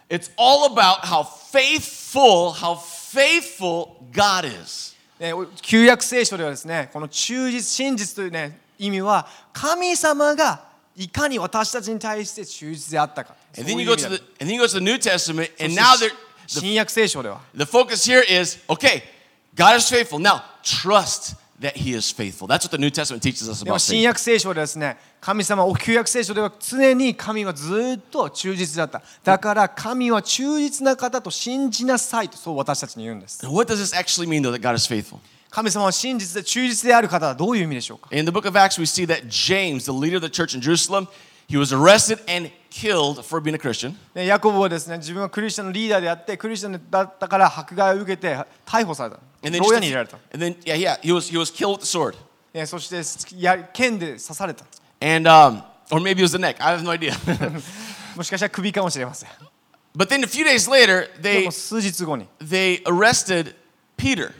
[SPEAKER 1] it's all about how faithful, how faithful God is.
[SPEAKER 2] ね旧約聖書ではですねこの忠実真実というね意味は神様がいかに私たちに対して忠実であったか
[SPEAKER 1] And
[SPEAKER 2] そう
[SPEAKER 1] then
[SPEAKER 2] いう
[SPEAKER 1] you
[SPEAKER 2] 意
[SPEAKER 1] go
[SPEAKER 2] 味
[SPEAKER 1] to
[SPEAKER 2] だ
[SPEAKER 1] the and then you go to the New Testament,
[SPEAKER 2] そ
[SPEAKER 1] and
[SPEAKER 2] し
[SPEAKER 1] now there, the,
[SPEAKER 2] 新約聖書では
[SPEAKER 1] the focus here is okay, God is faithful. Now trust that He is faithful. That's what the New Testament teaches us
[SPEAKER 2] でも
[SPEAKER 1] about
[SPEAKER 2] 新
[SPEAKER 1] faith.
[SPEAKER 2] 約聖書ではですね神様お旧約聖書では常に神はずっと忠実だっただから神は忠実な方と信じなさいとそう私たちに言うんです
[SPEAKER 1] And what does this actually mean, though, that God is faithful?
[SPEAKER 2] 神様は真実で忠実である方はどういう意味でしょうか
[SPEAKER 1] In the book of Acts, we see that James, the leader of the church in Jerusalem, he was arrested and killed for being a Christian.
[SPEAKER 2] ねヤコブはですね自分はクリスチャンのリーダーであってクリスチャンだったから迫害を受けて逮捕された
[SPEAKER 1] And
[SPEAKER 2] 牢
[SPEAKER 1] just-
[SPEAKER 2] 屋に入れられた
[SPEAKER 1] and then yeah, yeah, he was he was killed with the sword.
[SPEAKER 2] ねそしてや剣で刺された
[SPEAKER 1] And um, or maybe it was the neck. I have no idea.
[SPEAKER 2] もしかしたら首かもしれません
[SPEAKER 1] but then a few days later,
[SPEAKER 2] で
[SPEAKER 1] they
[SPEAKER 2] も数日後に
[SPEAKER 1] they arrested Peter.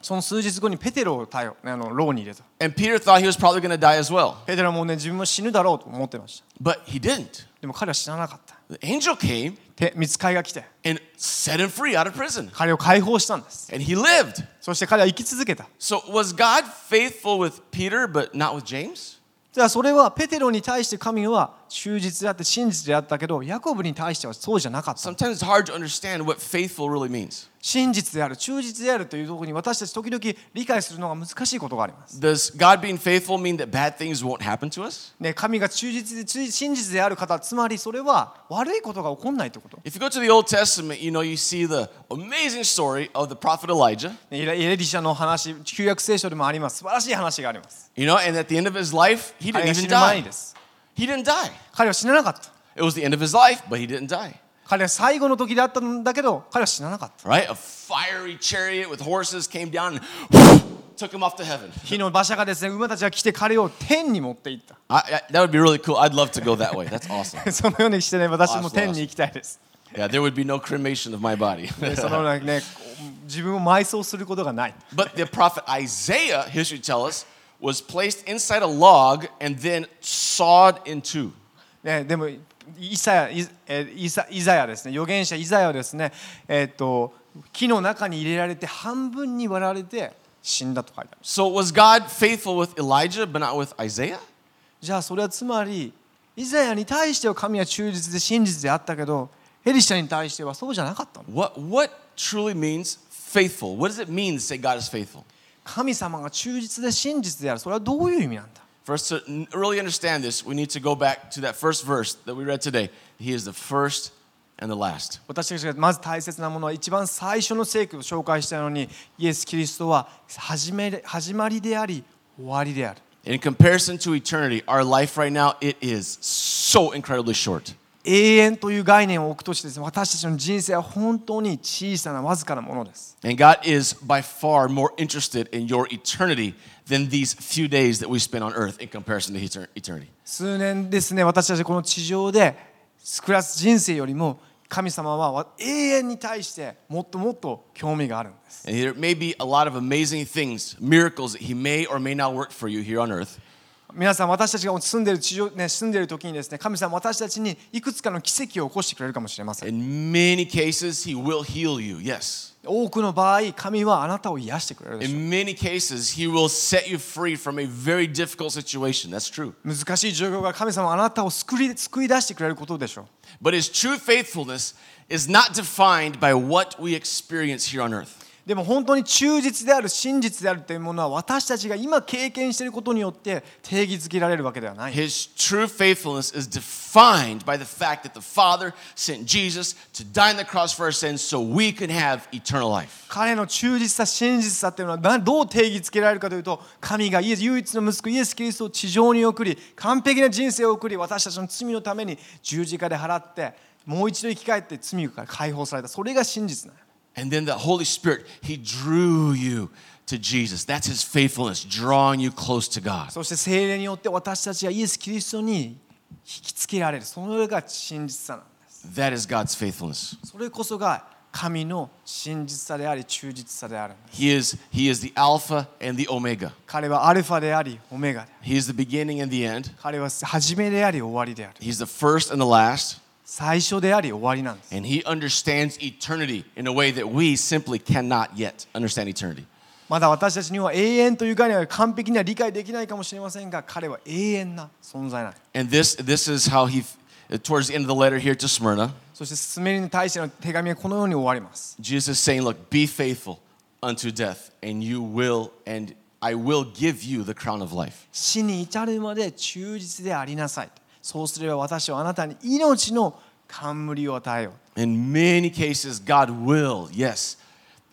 [SPEAKER 2] その数日後にペテロを逮捕あの牢に入れた
[SPEAKER 1] And Peter thought he was probably going to die as well,
[SPEAKER 2] ペテロはもうね自分も死ぬだろうと思ってました
[SPEAKER 1] but he didn't.
[SPEAKER 2] でも彼は死ななかった
[SPEAKER 1] The angel came
[SPEAKER 2] で見つかりが来て
[SPEAKER 1] and set him free out of prison,
[SPEAKER 2] 彼を解放したんです
[SPEAKER 1] and he lived.
[SPEAKER 2] そして彼は生き続けた
[SPEAKER 1] So was God faithful with Peter but not with James?
[SPEAKER 2] じゃあそれはペテロに対して神は忠実であって真実であったけどヤコブに対してはそうじゃなかった
[SPEAKER 1] Sometimes it's hard to understand what faithful really means.
[SPEAKER 2] 真実である忠実であるというところに私たち時々理解するのが難しいことがあります、
[SPEAKER 1] Does God being faithful mean that bad things won't happen to us?
[SPEAKER 2] ね、神が忠実で忠真実である方つまりそれは悪いことが起こんないということ
[SPEAKER 1] If you go to the Old Testament, you know, you see the amazing story of the prophet Elijah,
[SPEAKER 2] ねエレエリシャの話旧約聖書でもあります素晴らしい話があります
[SPEAKER 1] you know, and at the end of his life, he didn't
[SPEAKER 2] 彼が
[SPEAKER 1] even
[SPEAKER 2] 死ぬ前
[SPEAKER 1] die.
[SPEAKER 2] にです
[SPEAKER 1] He didn't die.
[SPEAKER 2] 彼は死ななかった
[SPEAKER 1] It was the end of his life, but he didn't die.
[SPEAKER 2] 彼は最後の時であったんだけど彼は死ななかった
[SPEAKER 1] Right? A fiery chariot with horses came down and took him off to heaven.
[SPEAKER 2] 火の馬車がですね馬たちが来て彼を天に持っていった
[SPEAKER 1] I, I, that would be really cool. I'd love to go that way. That's awesome.
[SPEAKER 2] そのようにしてね、私も天に行きたいです。
[SPEAKER 1] Yeah, there would be no cremation of my body.
[SPEAKER 2] でそのようなね、こう自分を埋葬することがない。
[SPEAKER 1] But the prophet Isaiah, history tells us, was placed inside a log and then sawed in two.
[SPEAKER 2] ね、でも、イザヤイえイザイザヤですね、預言者イザヤはですね、えっと、木の中に入れられて半分に割られて死んだと書いてある。
[SPEAKER 1] So was God faithful with Elijah but not with Isaiah?
[SPEAKER 2] じゃあそれはつまり、イザヤに対しては神は忠実で真実であったけど、エリシャに対してはそうじゃなかったの。
[SPEAKER 1] What what truly means faithful? What does it mean to say God is faithful?
[SPEAKER 2] 神様が忠実で真実である。それはどういう意味なんだ
[SPEAKER 1] For us to n- really understand this, we need to go back to that first verse that we read today. He is the first and the last.
[SPEAKER 2] 私たちがまず大切なものは一番最初の聖句を紹介したのにイエス・キリストは始め始まりであり終わりである
[SPEAKER 1] In comparison to eternity, our life right now it is so incredibly short.
[SPEAKER 2] 永遠という概念を置くとしてですね私たちの人生は本当に小さなわずかなものです
[SPEAKER 1] And God is by far more interested in your eternity than these few days that we spend on earth in comparison to etern- eternity.
[SPEAKER 2] 数年ですね私たちこの地上で暮らす人生よりも神様はわ永遠に対してもっともっと興味があるんです
[SPEAKER 1] And there may be a lot of amazing things, miracles that He may or may not work for you here on earth.
[SPEAKER 2] 皆さん私たちが住んでいる地上、ね、住んでいる時にですね神様は私たちにいくつかの奇跡を起こしてくれるかもしれません
[SPEAKER 1] In many cases, He will heal you, yes.
[SPEAKER 2] 多くの場合神はあなたを癒してくれるでしょう
[SPEAKER 1] In many cases, He will set you free from a very difficult situation. That's true.
[SPEAKER 2] 難しい状況が神様はあなたを救い救い出してくれることでしょう
[SPEAKER 1] But His true faithfulness is not defined by what we experience here on earth.
[SPEAKER 2] でも本当に忠実である真実であるというものは私たちが今経験していることによって定義づけられるわけではない
[SPEAKER 1] His true faithfulness is defined by the fact that the Father sent Jesus to die on the cross for our sins so we can have eternal life.
[SPEAKER 2] 彼の忠実さ真実さというのはなどう定義づけられるかというと神がイエス唯一の息子イエス・キリストを地上に送り完璧な人生を送り私たちの罪のために十字架で払ってもう一度生き返って罪から解放されたそれが真実なの
[SPEAKER 1] And then the Holy Spirit, He drew you to Jesus. That's His faithfulness, drawing you close to God.
[SPEAKER 2] そして聖霊によって私たちがイエス・キリストに引きつけられるそれが真実さなんです。
[SPEAKER 1] That is God's faithfulness.
[SPEAKER 2] それこそが神の真実さであり忠実さである。
[SPEAKER 1] He is, he is the Alpha and the Omega.
[SPEAKER 2] 彼はアルファでありオメガである。
[SPEAKER 1] He is the beginning and the end.
[SPEAKER 2] 彼は始めであり終わりである。
[SPEAKER 1] He's the first and the last.
[SPEAKER 2] 最初であり終わりなんです。
[SPEAKER 1] And He understands eternity in a way that we simply cannot yet understand eternity.
[SPEAKER 2] まだ私たちには永遠という概念は完璧には理解できないかもしれませんが彼は永遠な存在なんです。
[SPEAKER 1] And this this is how he towards the end of the letter here to Smyrna,
[SPEAKER 2] そしてスメリに対しての手紙はこのように終わります。
[SPEAKER 1] Jesus is saying, "Look, be faithful unto death, and you will and I will give you the crown of life."
[SPEAKER 2] 死に至るまで忠実でありなさいそうすれば私はあなたに命の冠を与えよう
[SPEAKER 1] In many cases, God will, yes,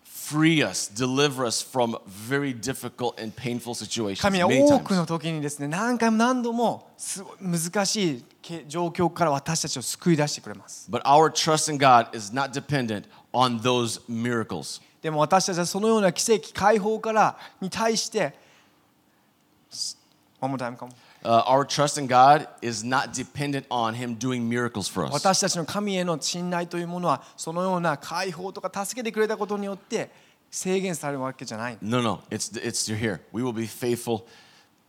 [SPEAKER 1] free us, deliver us from very difficult and painful situations.
[SPEAKER 2] 神は
[SPEAKER 1] many
[SPEAKER 2] 多く
[SPEAKER 1] times.
[SPEAKER 2] の時にですね何回も何度もすごい難しいけ状況から私たちを救い出してくれます
[SPEAKER 1] But our trust in God is not dependent on those miracles.
[SPEAKER 2] でも私たちはそのような奇跡解放からに対してす One more time, come on.
[SPEAKER 1] Uh, our trust in God is not dependent on Him doing miracles for us.
[SPEAKER 2] 私たちの神への信頼というものはそのような解放とか助けてくれたことによって制限されるわけじゃない。
[SPEAKER 1] No, no, it's, it's you're here. We will be faithful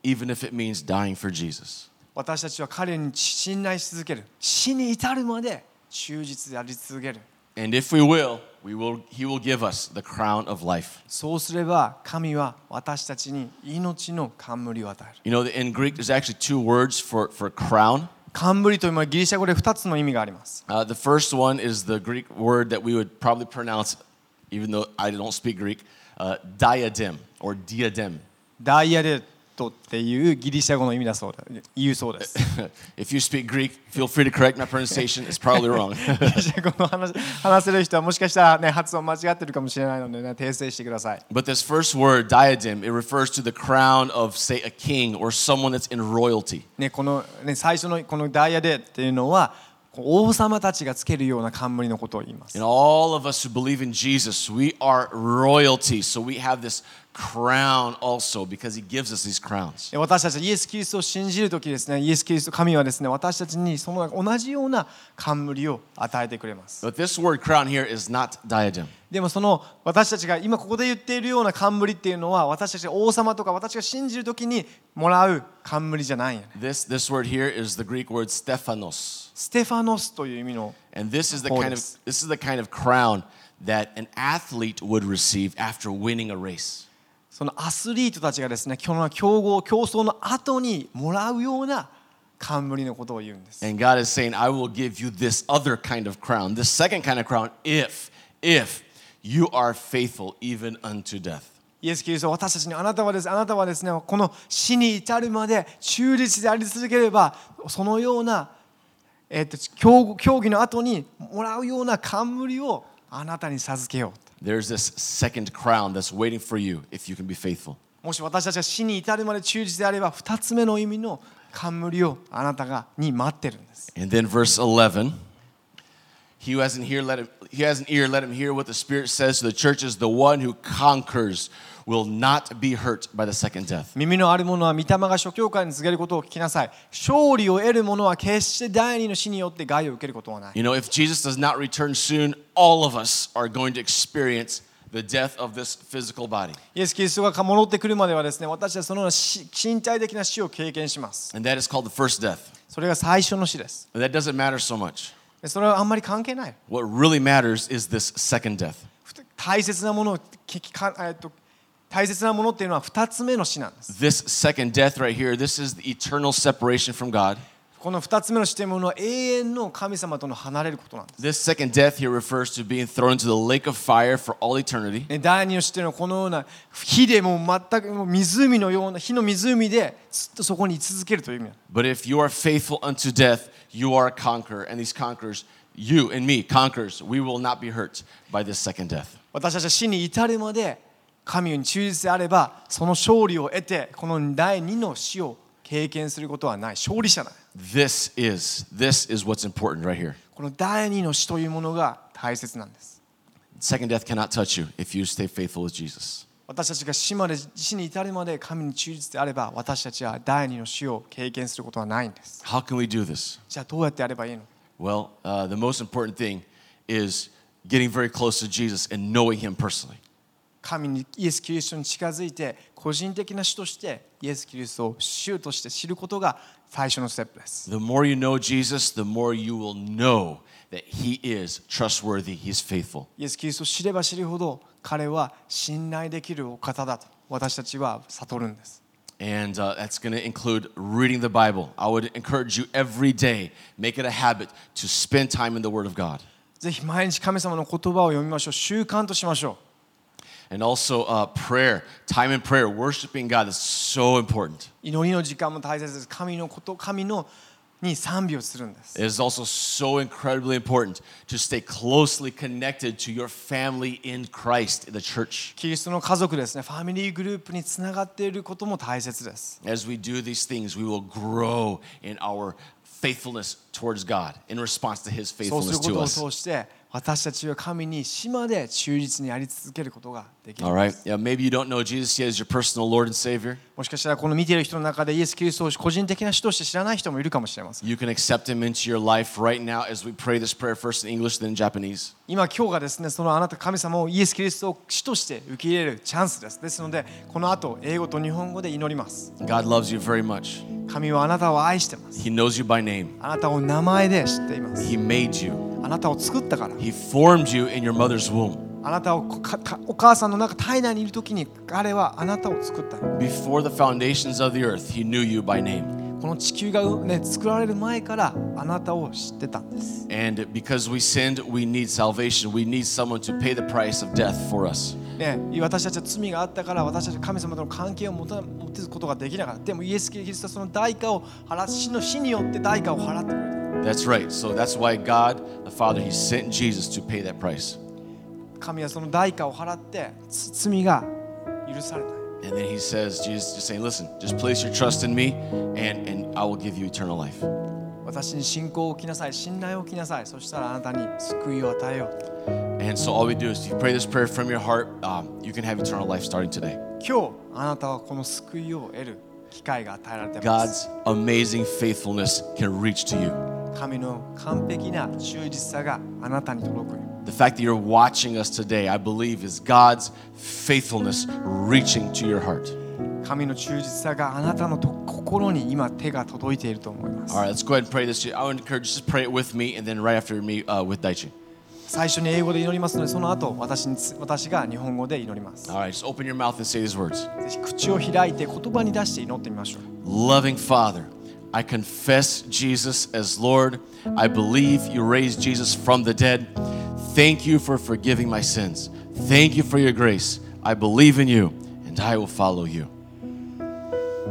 [SPEAKER 1] even if it means dying for Jesus.
[SPEAKER 2] 私たちは彼に信頼し続ける。死に至るまで忠実であり続ける。
[SPEAKER 1] And if we will, we will he will give us the crown of life.
[SPEAKER 2] そうすれば神は私たちに命の冠を与える。
[SPEAKER 1] You know, in Greek, there's actually two words for, for crown.
[SPEAKER 2] 冠というのはギリシャ語で2つの意味があります。
[SPEAKER 1] Uh, the first one is the Greek word that we would probably pronounce, even though I don't speak Greek, uh, diadem or diadem.
[SPEAKER 2] ダイヤレットっていうギリシャ語の意味だそうで言うそうです。
[SPEAKER 1] if you speak Greek, feel free to correct my pronunciation. It's probably wrong.
[SPEAKER 2] ギリシャ語の話話せる人はもしかしたら、ね、発音間違ってるかもしれないので、ね、訂正してください。
[SPEAKER 1] but this first word, diadem, it refers to the crown of, say, a king or someone that's in royalty.
[SPEAKER 2] ね、この、ね、最初のこのダイヤレっていうのはこう王様たちがつけるような冠のことを言います
[SPEAKER 1] And。all of us who believe in Jesus, we are royalty. So we have this crown also because he gives us these crowns.
[SPEAKER 2] で私たちはイエス・キリストを信じるときですね、イエス・キリスト、神はですね、私たちにその同じような冠を与えてくれます。
[SPEAKER 1] But this word crown here is not diadem.
[SPEAKER 2] でもその私たちが今ここで言っているような冠っていうのは、私たちが王様とか私が信じるときにもらう冠じゃないんやね。
[SPEAKER 1] This, this word here is the Greek word stephanos.
[SPEAKER 2] ステファノスという意味の
[SPEAKER 1] And this is the kind of
[SPEAKER 2] Hodes.
[SPEAKER 1] this is the kind of crown that an athlete would receive after winning a race.
[SPEAKER 2] そのアスリートたちがですね、今日の競合、競争の後にもらうような冠のことを言うんです。
[SPEAKER 1] And God is saying, I will give you this other kind of crown, this second kind of crown, if, if you are faithful even unto death.
[SPEAKER 2] イエス・キリストは私たちにあなたはです、あなたはですね、この死に至るまで中立であり続ければ、そのような、えっと競競技の後にもらうような冠をあなたに授けよう。
[SPEAKER 1] There's this second crown that's waiting for you if you can be faithful.
[SPEAKER 2] もし私たちが死に至るまで忠実であれば、2つ目の意味の冠をあなたがに待ってるんです。
[SPEAKER 1] And then verse 11. He who has an ear, let him, he who has an ear, let him hear what the Spirit says to the churches. The one who conquers will not be hurt by the second death.
[SPEAKER 2] 耳のある者は御霊が諸教会に告げることを聞きなさい。勝利を得る者は決して第二の死によって害を受けることはない。
[SPEAKER 1] You know, if Jesus does not return soon, all of us are going to experience the death of this physical body.
[SPEAKER 2] イエス・キリストが戻ってくるまではですね、私はそのような死身体的な死を経験します。
[SPEAKER 1] And that is called the first death.
[SPEAKER 2] それが最初の死です。
[SPEAKER 1] But that doesn't matter so much.
[SPEAKER 2] でそれはあんまり関係ない。
[SPEAKER 1] What really matters is this second death.
[SPEAKER 2] ふた大切なものをききか、えっと、大切なものっていうのは2つ目の死なんです。
[SPEAKER 1] This second death right here, this is the eternal separation from God.
[SPEAKER 2] この2つ目の死というものは永遠の神様との離れることなんです。
[SPEAKER 1] This second death here refers to being thrown into the lake of fire for all eternity.
[SPEAKER 2] ね、第二の死というのはこのような火でもう全くもう湖のような火の湖でずっとそこに居続けるという意味なんです
[SPEAKER 1] But if you are faithful unto death, you are a conqueror. And these conquerors, you and me, conquerors, we will not be hurt by this second death.
[SPEAKER 2] 私たちは死に至るまで神に忠実であればその勝利を得てこの第二の死を経験することはない勝利者だ
[SPEAKER 1] This is, this is what's important right here.
[SPEAKER 2] この第二の死というものが大切なんです
[SPEAKER 1] Second death cannot touch you if you stay faithful with Jesus.
[SPEAKER 2] 私たちが死まで死に至るまで神に忠実であれば私たちは第二の死を経験することはないんです
[SPEAKER 1] How can we do this?
[SPEAKER 2] じゃあどうやってやればいいの
[SPEAKER 1] Well, uh, the most important thing is getting very close to Jesus and knowing him personally.
[SPEAKER 2] 神にイエス・キリストに近づいて個人的な主としてイエス・キリストを主として知ることが最初のステップです
[SPEAKER 1] The more you know Jesus, the more you will know that he is trustworthy, he's faithful.
[SPEAKER 2] イエス・キリストを知れば知るほど彼は信頼できるお方だと私たちは悟るんです
[SPEAKER 1] And uh, that's going to include reading the Bible. I would encourage you every day, make it a habit to spend time in the Word of God.
[SPEAKER 2] ぜひ毎日神様の言葉を読みましょう習慣としましょ
[SPEAKER 1] And also uh, prayer, time in prayer, worshiping God is so important.
[SPEAKER 2] う祈りの時間も大切です神のこと神のに賛美をするんです
[SPEAKER 1] It is also so incredibly important to stay closely connected to your family in Christ, the church.
[SPEAKER 2] キリストの家族ですねファミリーグループにつながっていることも大切です
[SPEAKER 1] As we do these things, we will grow in our faithfulness towards God in response to His
[SPEAKER 2] そうする
[SPEAKER 1] faithfulness
[SPEAKER 2] こ
[SPEAKER 1] to
[SPEAKER 2] とを
[SPEAKER 1] us.
[SPEAKER 2] 通して私たちは神に島で忠実にあり続けることができる
[SPEAKER 1] All right. Yeah, maybe you don't know Jesus yet as your personal Lord and Savior.
[SPEAKER 2] もしかしたらこの見ている人の中でイエス・キリストを個人的な主として知らない人もいるかもしれません
[SPEAKER 1] You can accept Him into your life right now as we pray this prayer first in English, then in Japanese.
[SPEAKER 2] 今今日がですねそのあなた神様をイエス・キリストを主として受け入れるチャンスですですのでこの後英語と日本語で祈ります
[SPEAKER 1] God loves you very much.
[SPEAKER 2] 神はあなたを愛してます
[SPEAKER 1] He knows you by name.
[SPEAKER 2] あなたを名前で知っています
[SPEAKER 1] He made you.
[SPEAKER 2] あなたを作ったから
[SPEAKER 1] He formed you in your mother's womb.
[SPEAKER 2] あなたをこかかお母さんの中体内にいる時に彼はあなたを作ったの
[SPEAKER 1] Before the foundations of the earth, He knew you by name.
[SPEAKER 2] この地球が、ね、作られる前からあなたを知ってたんです
[SPEAKER 1] And because we sinned, we need salvation. We need someone to pay the price of death for us.
[SPEAKER 2] ね、私たちは罪があったから私たちは神様との関係を持た持てることができなかったでもイエス・キリストはその代価を払っ死の死によって代価を払ってくれた
[SPEAKER 1] That's right. So that's why God, the Father, He sent Jesus to pay that price.
[SPEAKER 2] 神はその代価を払ってつ罪が許された
[SPEAKER 1] And then He says, Jesus just saying, listen, just place your trust in me and, and I will give you eternal life.
[SPEAKER 2] 私に信仰を置きなさい信頼を置きなさいそしたらあなたに救いを与えよう
[SPEAKER 1] And so all we do is you pray this prayer from your heart, um, you can have eternal life starting today.
[SPEAKER 2] 今日あなたはこの救いを得る機会が与えられています
[SPEAKER 1] God's amazing faithfulness can reach to you.
[SPEAKER 2] 神の完璧な忠実さがあなたに届く
[SPEAKER 1] The fact that you're watching us today, I believe, is God's faithfulness reaching to your heart.
[SPEAKER 2] 神の忠実さがあなたのと心に今手が届いていると思います
[SPEAKER 1] All right, let's go ahead and pray this. I would encourage you to pray it with me and then right after me uh, with Daichi.
[SPEAKER 2] 最初に英語で祈りますのでその後私につ私が日本語で祈りますぜ
[SPEAKER 1] All right, just open your mouth and say these words.
[SPEAKER 2] ひ口を開いて言葉に出して祈ってみましょう
[SPEAKER 1] Loving Father, I confess Jesus as Lord. I believe you raised Jesus from the dead. Thank you for forgiving my sins. Thank you for your grace. I believe in you and I will follow you.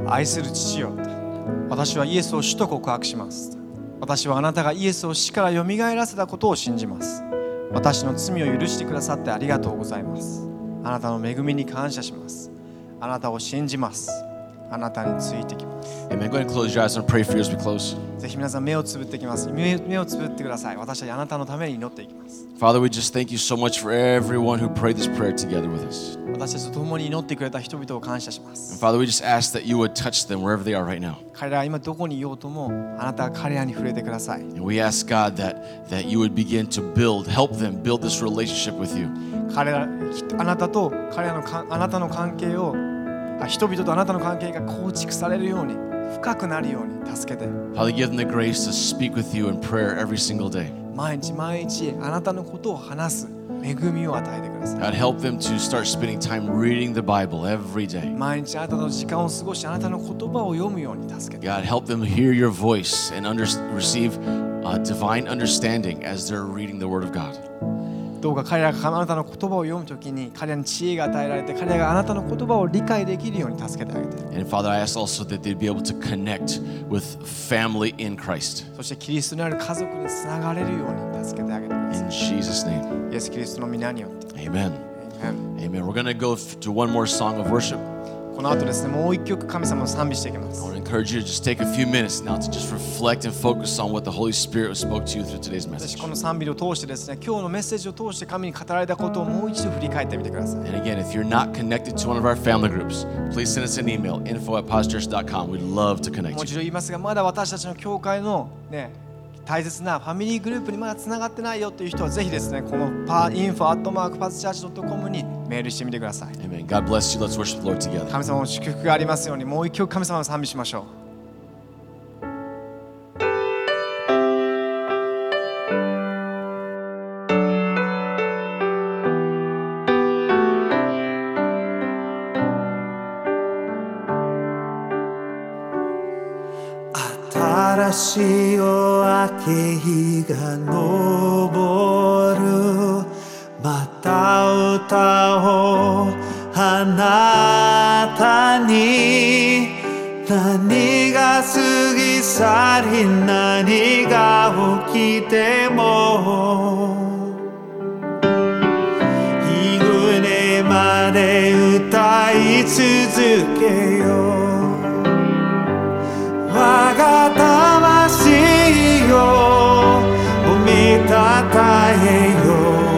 [SPEAKER 2] 愛する父よ私はイエスを主と告白します私はあなたがイエスを死からよみがえらせたことを信じます私の罪を許してくださってありがとうございますあなたの恵みに感謝しますあなたを信じますあなたについてきます
[SPEAKER 1] Amen. Go ahead and close your eyes and pray for you as we close.
[SPEAKER 2] ぜひ皆さん目をつぶってきます目目をつぶってください私はあなたのために祈っていきます
[SPEAKER 1] Father, we just thank you so much for everyone who prayed this prayer together with us.
[SPEAKER 2] 私たちと共に祈ってくれた人々を感謝します
[SPEAKER 1] Father, we just ask that you would touch them wherever they are right now.
[SPEAKER 2] 彼らは今どこにいようともあなたは彼らに触れてください
[SPEAKER 1] And we ask God that that you would begin to build, help them build this relationship with you.
[SPEAKER 2] 彼らひあなたと彼らのかあなたの関係をあ人々とあなたの関係が構築されるように深くなるように助けて
[SPEAKER 1] Father, give them the grace to speak with you in prayer every single day.
[SPEAKER 2] 毎日毎日あなたのことを話す恵みを与えてください
[SPEAKER 1] God, help them to start spending time reading the Bible every day.
[SPEAKER 2] 毎日あなたの時間を過ごしあなたの言葉を読むように助けて
[SPEAKER 1] God, help them hear your voice and under, receive uh, divine understanding as they're reading the Word of God.
[SPEAKER 2] どうか彼らがあなたの言葉を読むときに彼らに知恵が与えられて彼らがあなたの言葉を理解できるように助けてあげて
[SPEAKER 1] And Father, I ask also that they'd be able to connect with family in Christ.
[SPEAKER 2] そしてキリストにある家族につながれるように助けてあげてくださ
[SPEAKER 1] In Jesus' name,
[SPEAKER 2] いイエス・キリストの皆によって、
[SPEAKER 1] amen.
[SPEAKER 2] Amen
[SPEAKER 1] Amen. We're going to go f- to one more song of worship. I
[SPEAKER 2] この後ですねもう一曲神様を賛美していきます
[SPEAKER 1] want to encourage you to just take a few minutes now to just reflect and focus on what the Holy Spirit spoke to you through today's
[SPEAKER 2] 私
[SPEAKER 1] message.
[SPEAKER 2] この賛美を通してですね今日のメッセージを通して神に語られたことをもう一度振り返ってみてください
[SPEAKER 1] And again, if you're not connected to one of our family groups, please send us an email, info at posturechurch.com. We'd love to
[SPEAKER 2] もう
[SPEAKER 1] connect
[SPEAKER 2] 一
[SPEAKER 1] you.
[SPEAKER 2] 度言いますがまだ私たちの教会のね大切なファミリーグループにまだつながってないよっていう人はぜひですねこのパ info at mark p a s c h u r c h c o m にメールしてみてください
[SPEAKER 1] Amen. God bless you. Let's worship the Lord together.
[SPEAKER 2] 神様の祝福がありますようにもう一曲神様を賛美しましょう
[SPEAKER 3] 新しい夜明け日が昇るまた歌おうあなたに何が過ぎ去り何が起きても日暮れまで歌い続けよう我が魂よお見たたえよ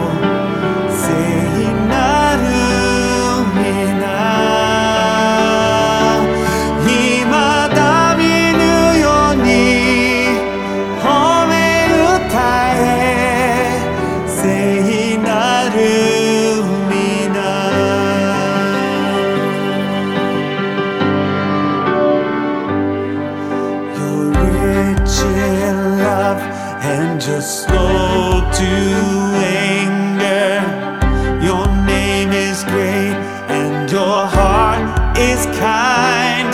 [SPEAKER 3] and just slow to anger. Your name is great and your heart is kind.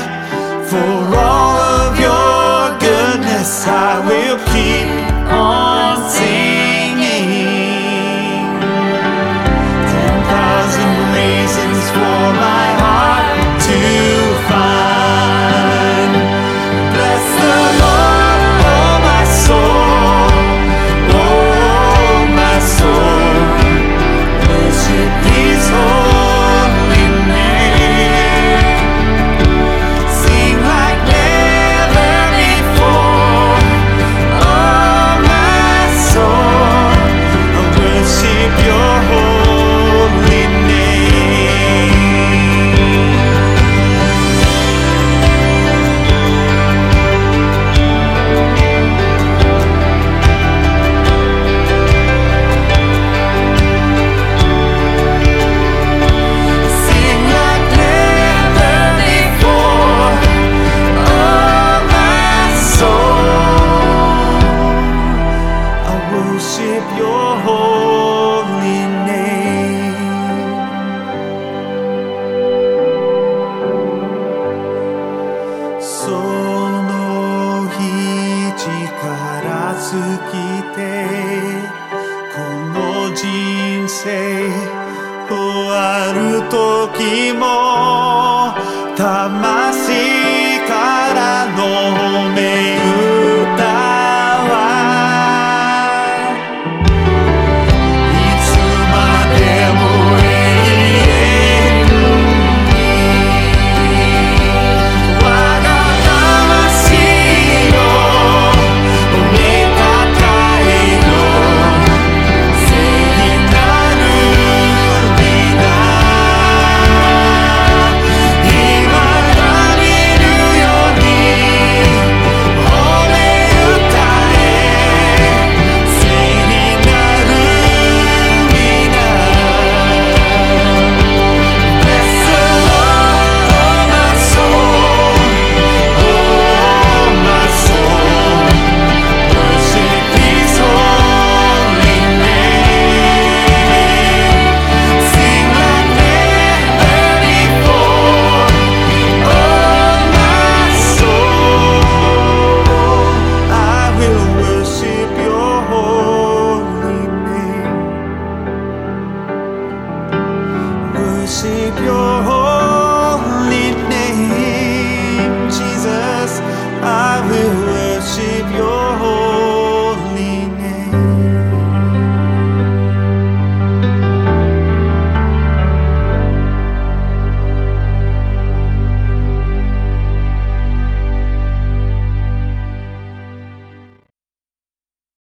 [SPEAKER 3] For all of your goodness, I will keep on singing. Ten thousand reasons for my heart to find. Bless the Lord, oh my soul, oh my soul. Worship His holy name. Sing like never before, oh my soul. I worship Your holy name. Sing like never before, oh my soul. I worship Your holy name.その日から尽きてこの人生終わる時も魂からの名歌はいつまでも永遠に「わが魂よおめかたえよ聖なる皆今が見るように褒め歌え聖なる皆」Bless the Lord, oh my soul, oh my soul. Worship His holy name. Sing like never before, oh my soul. I will worship You.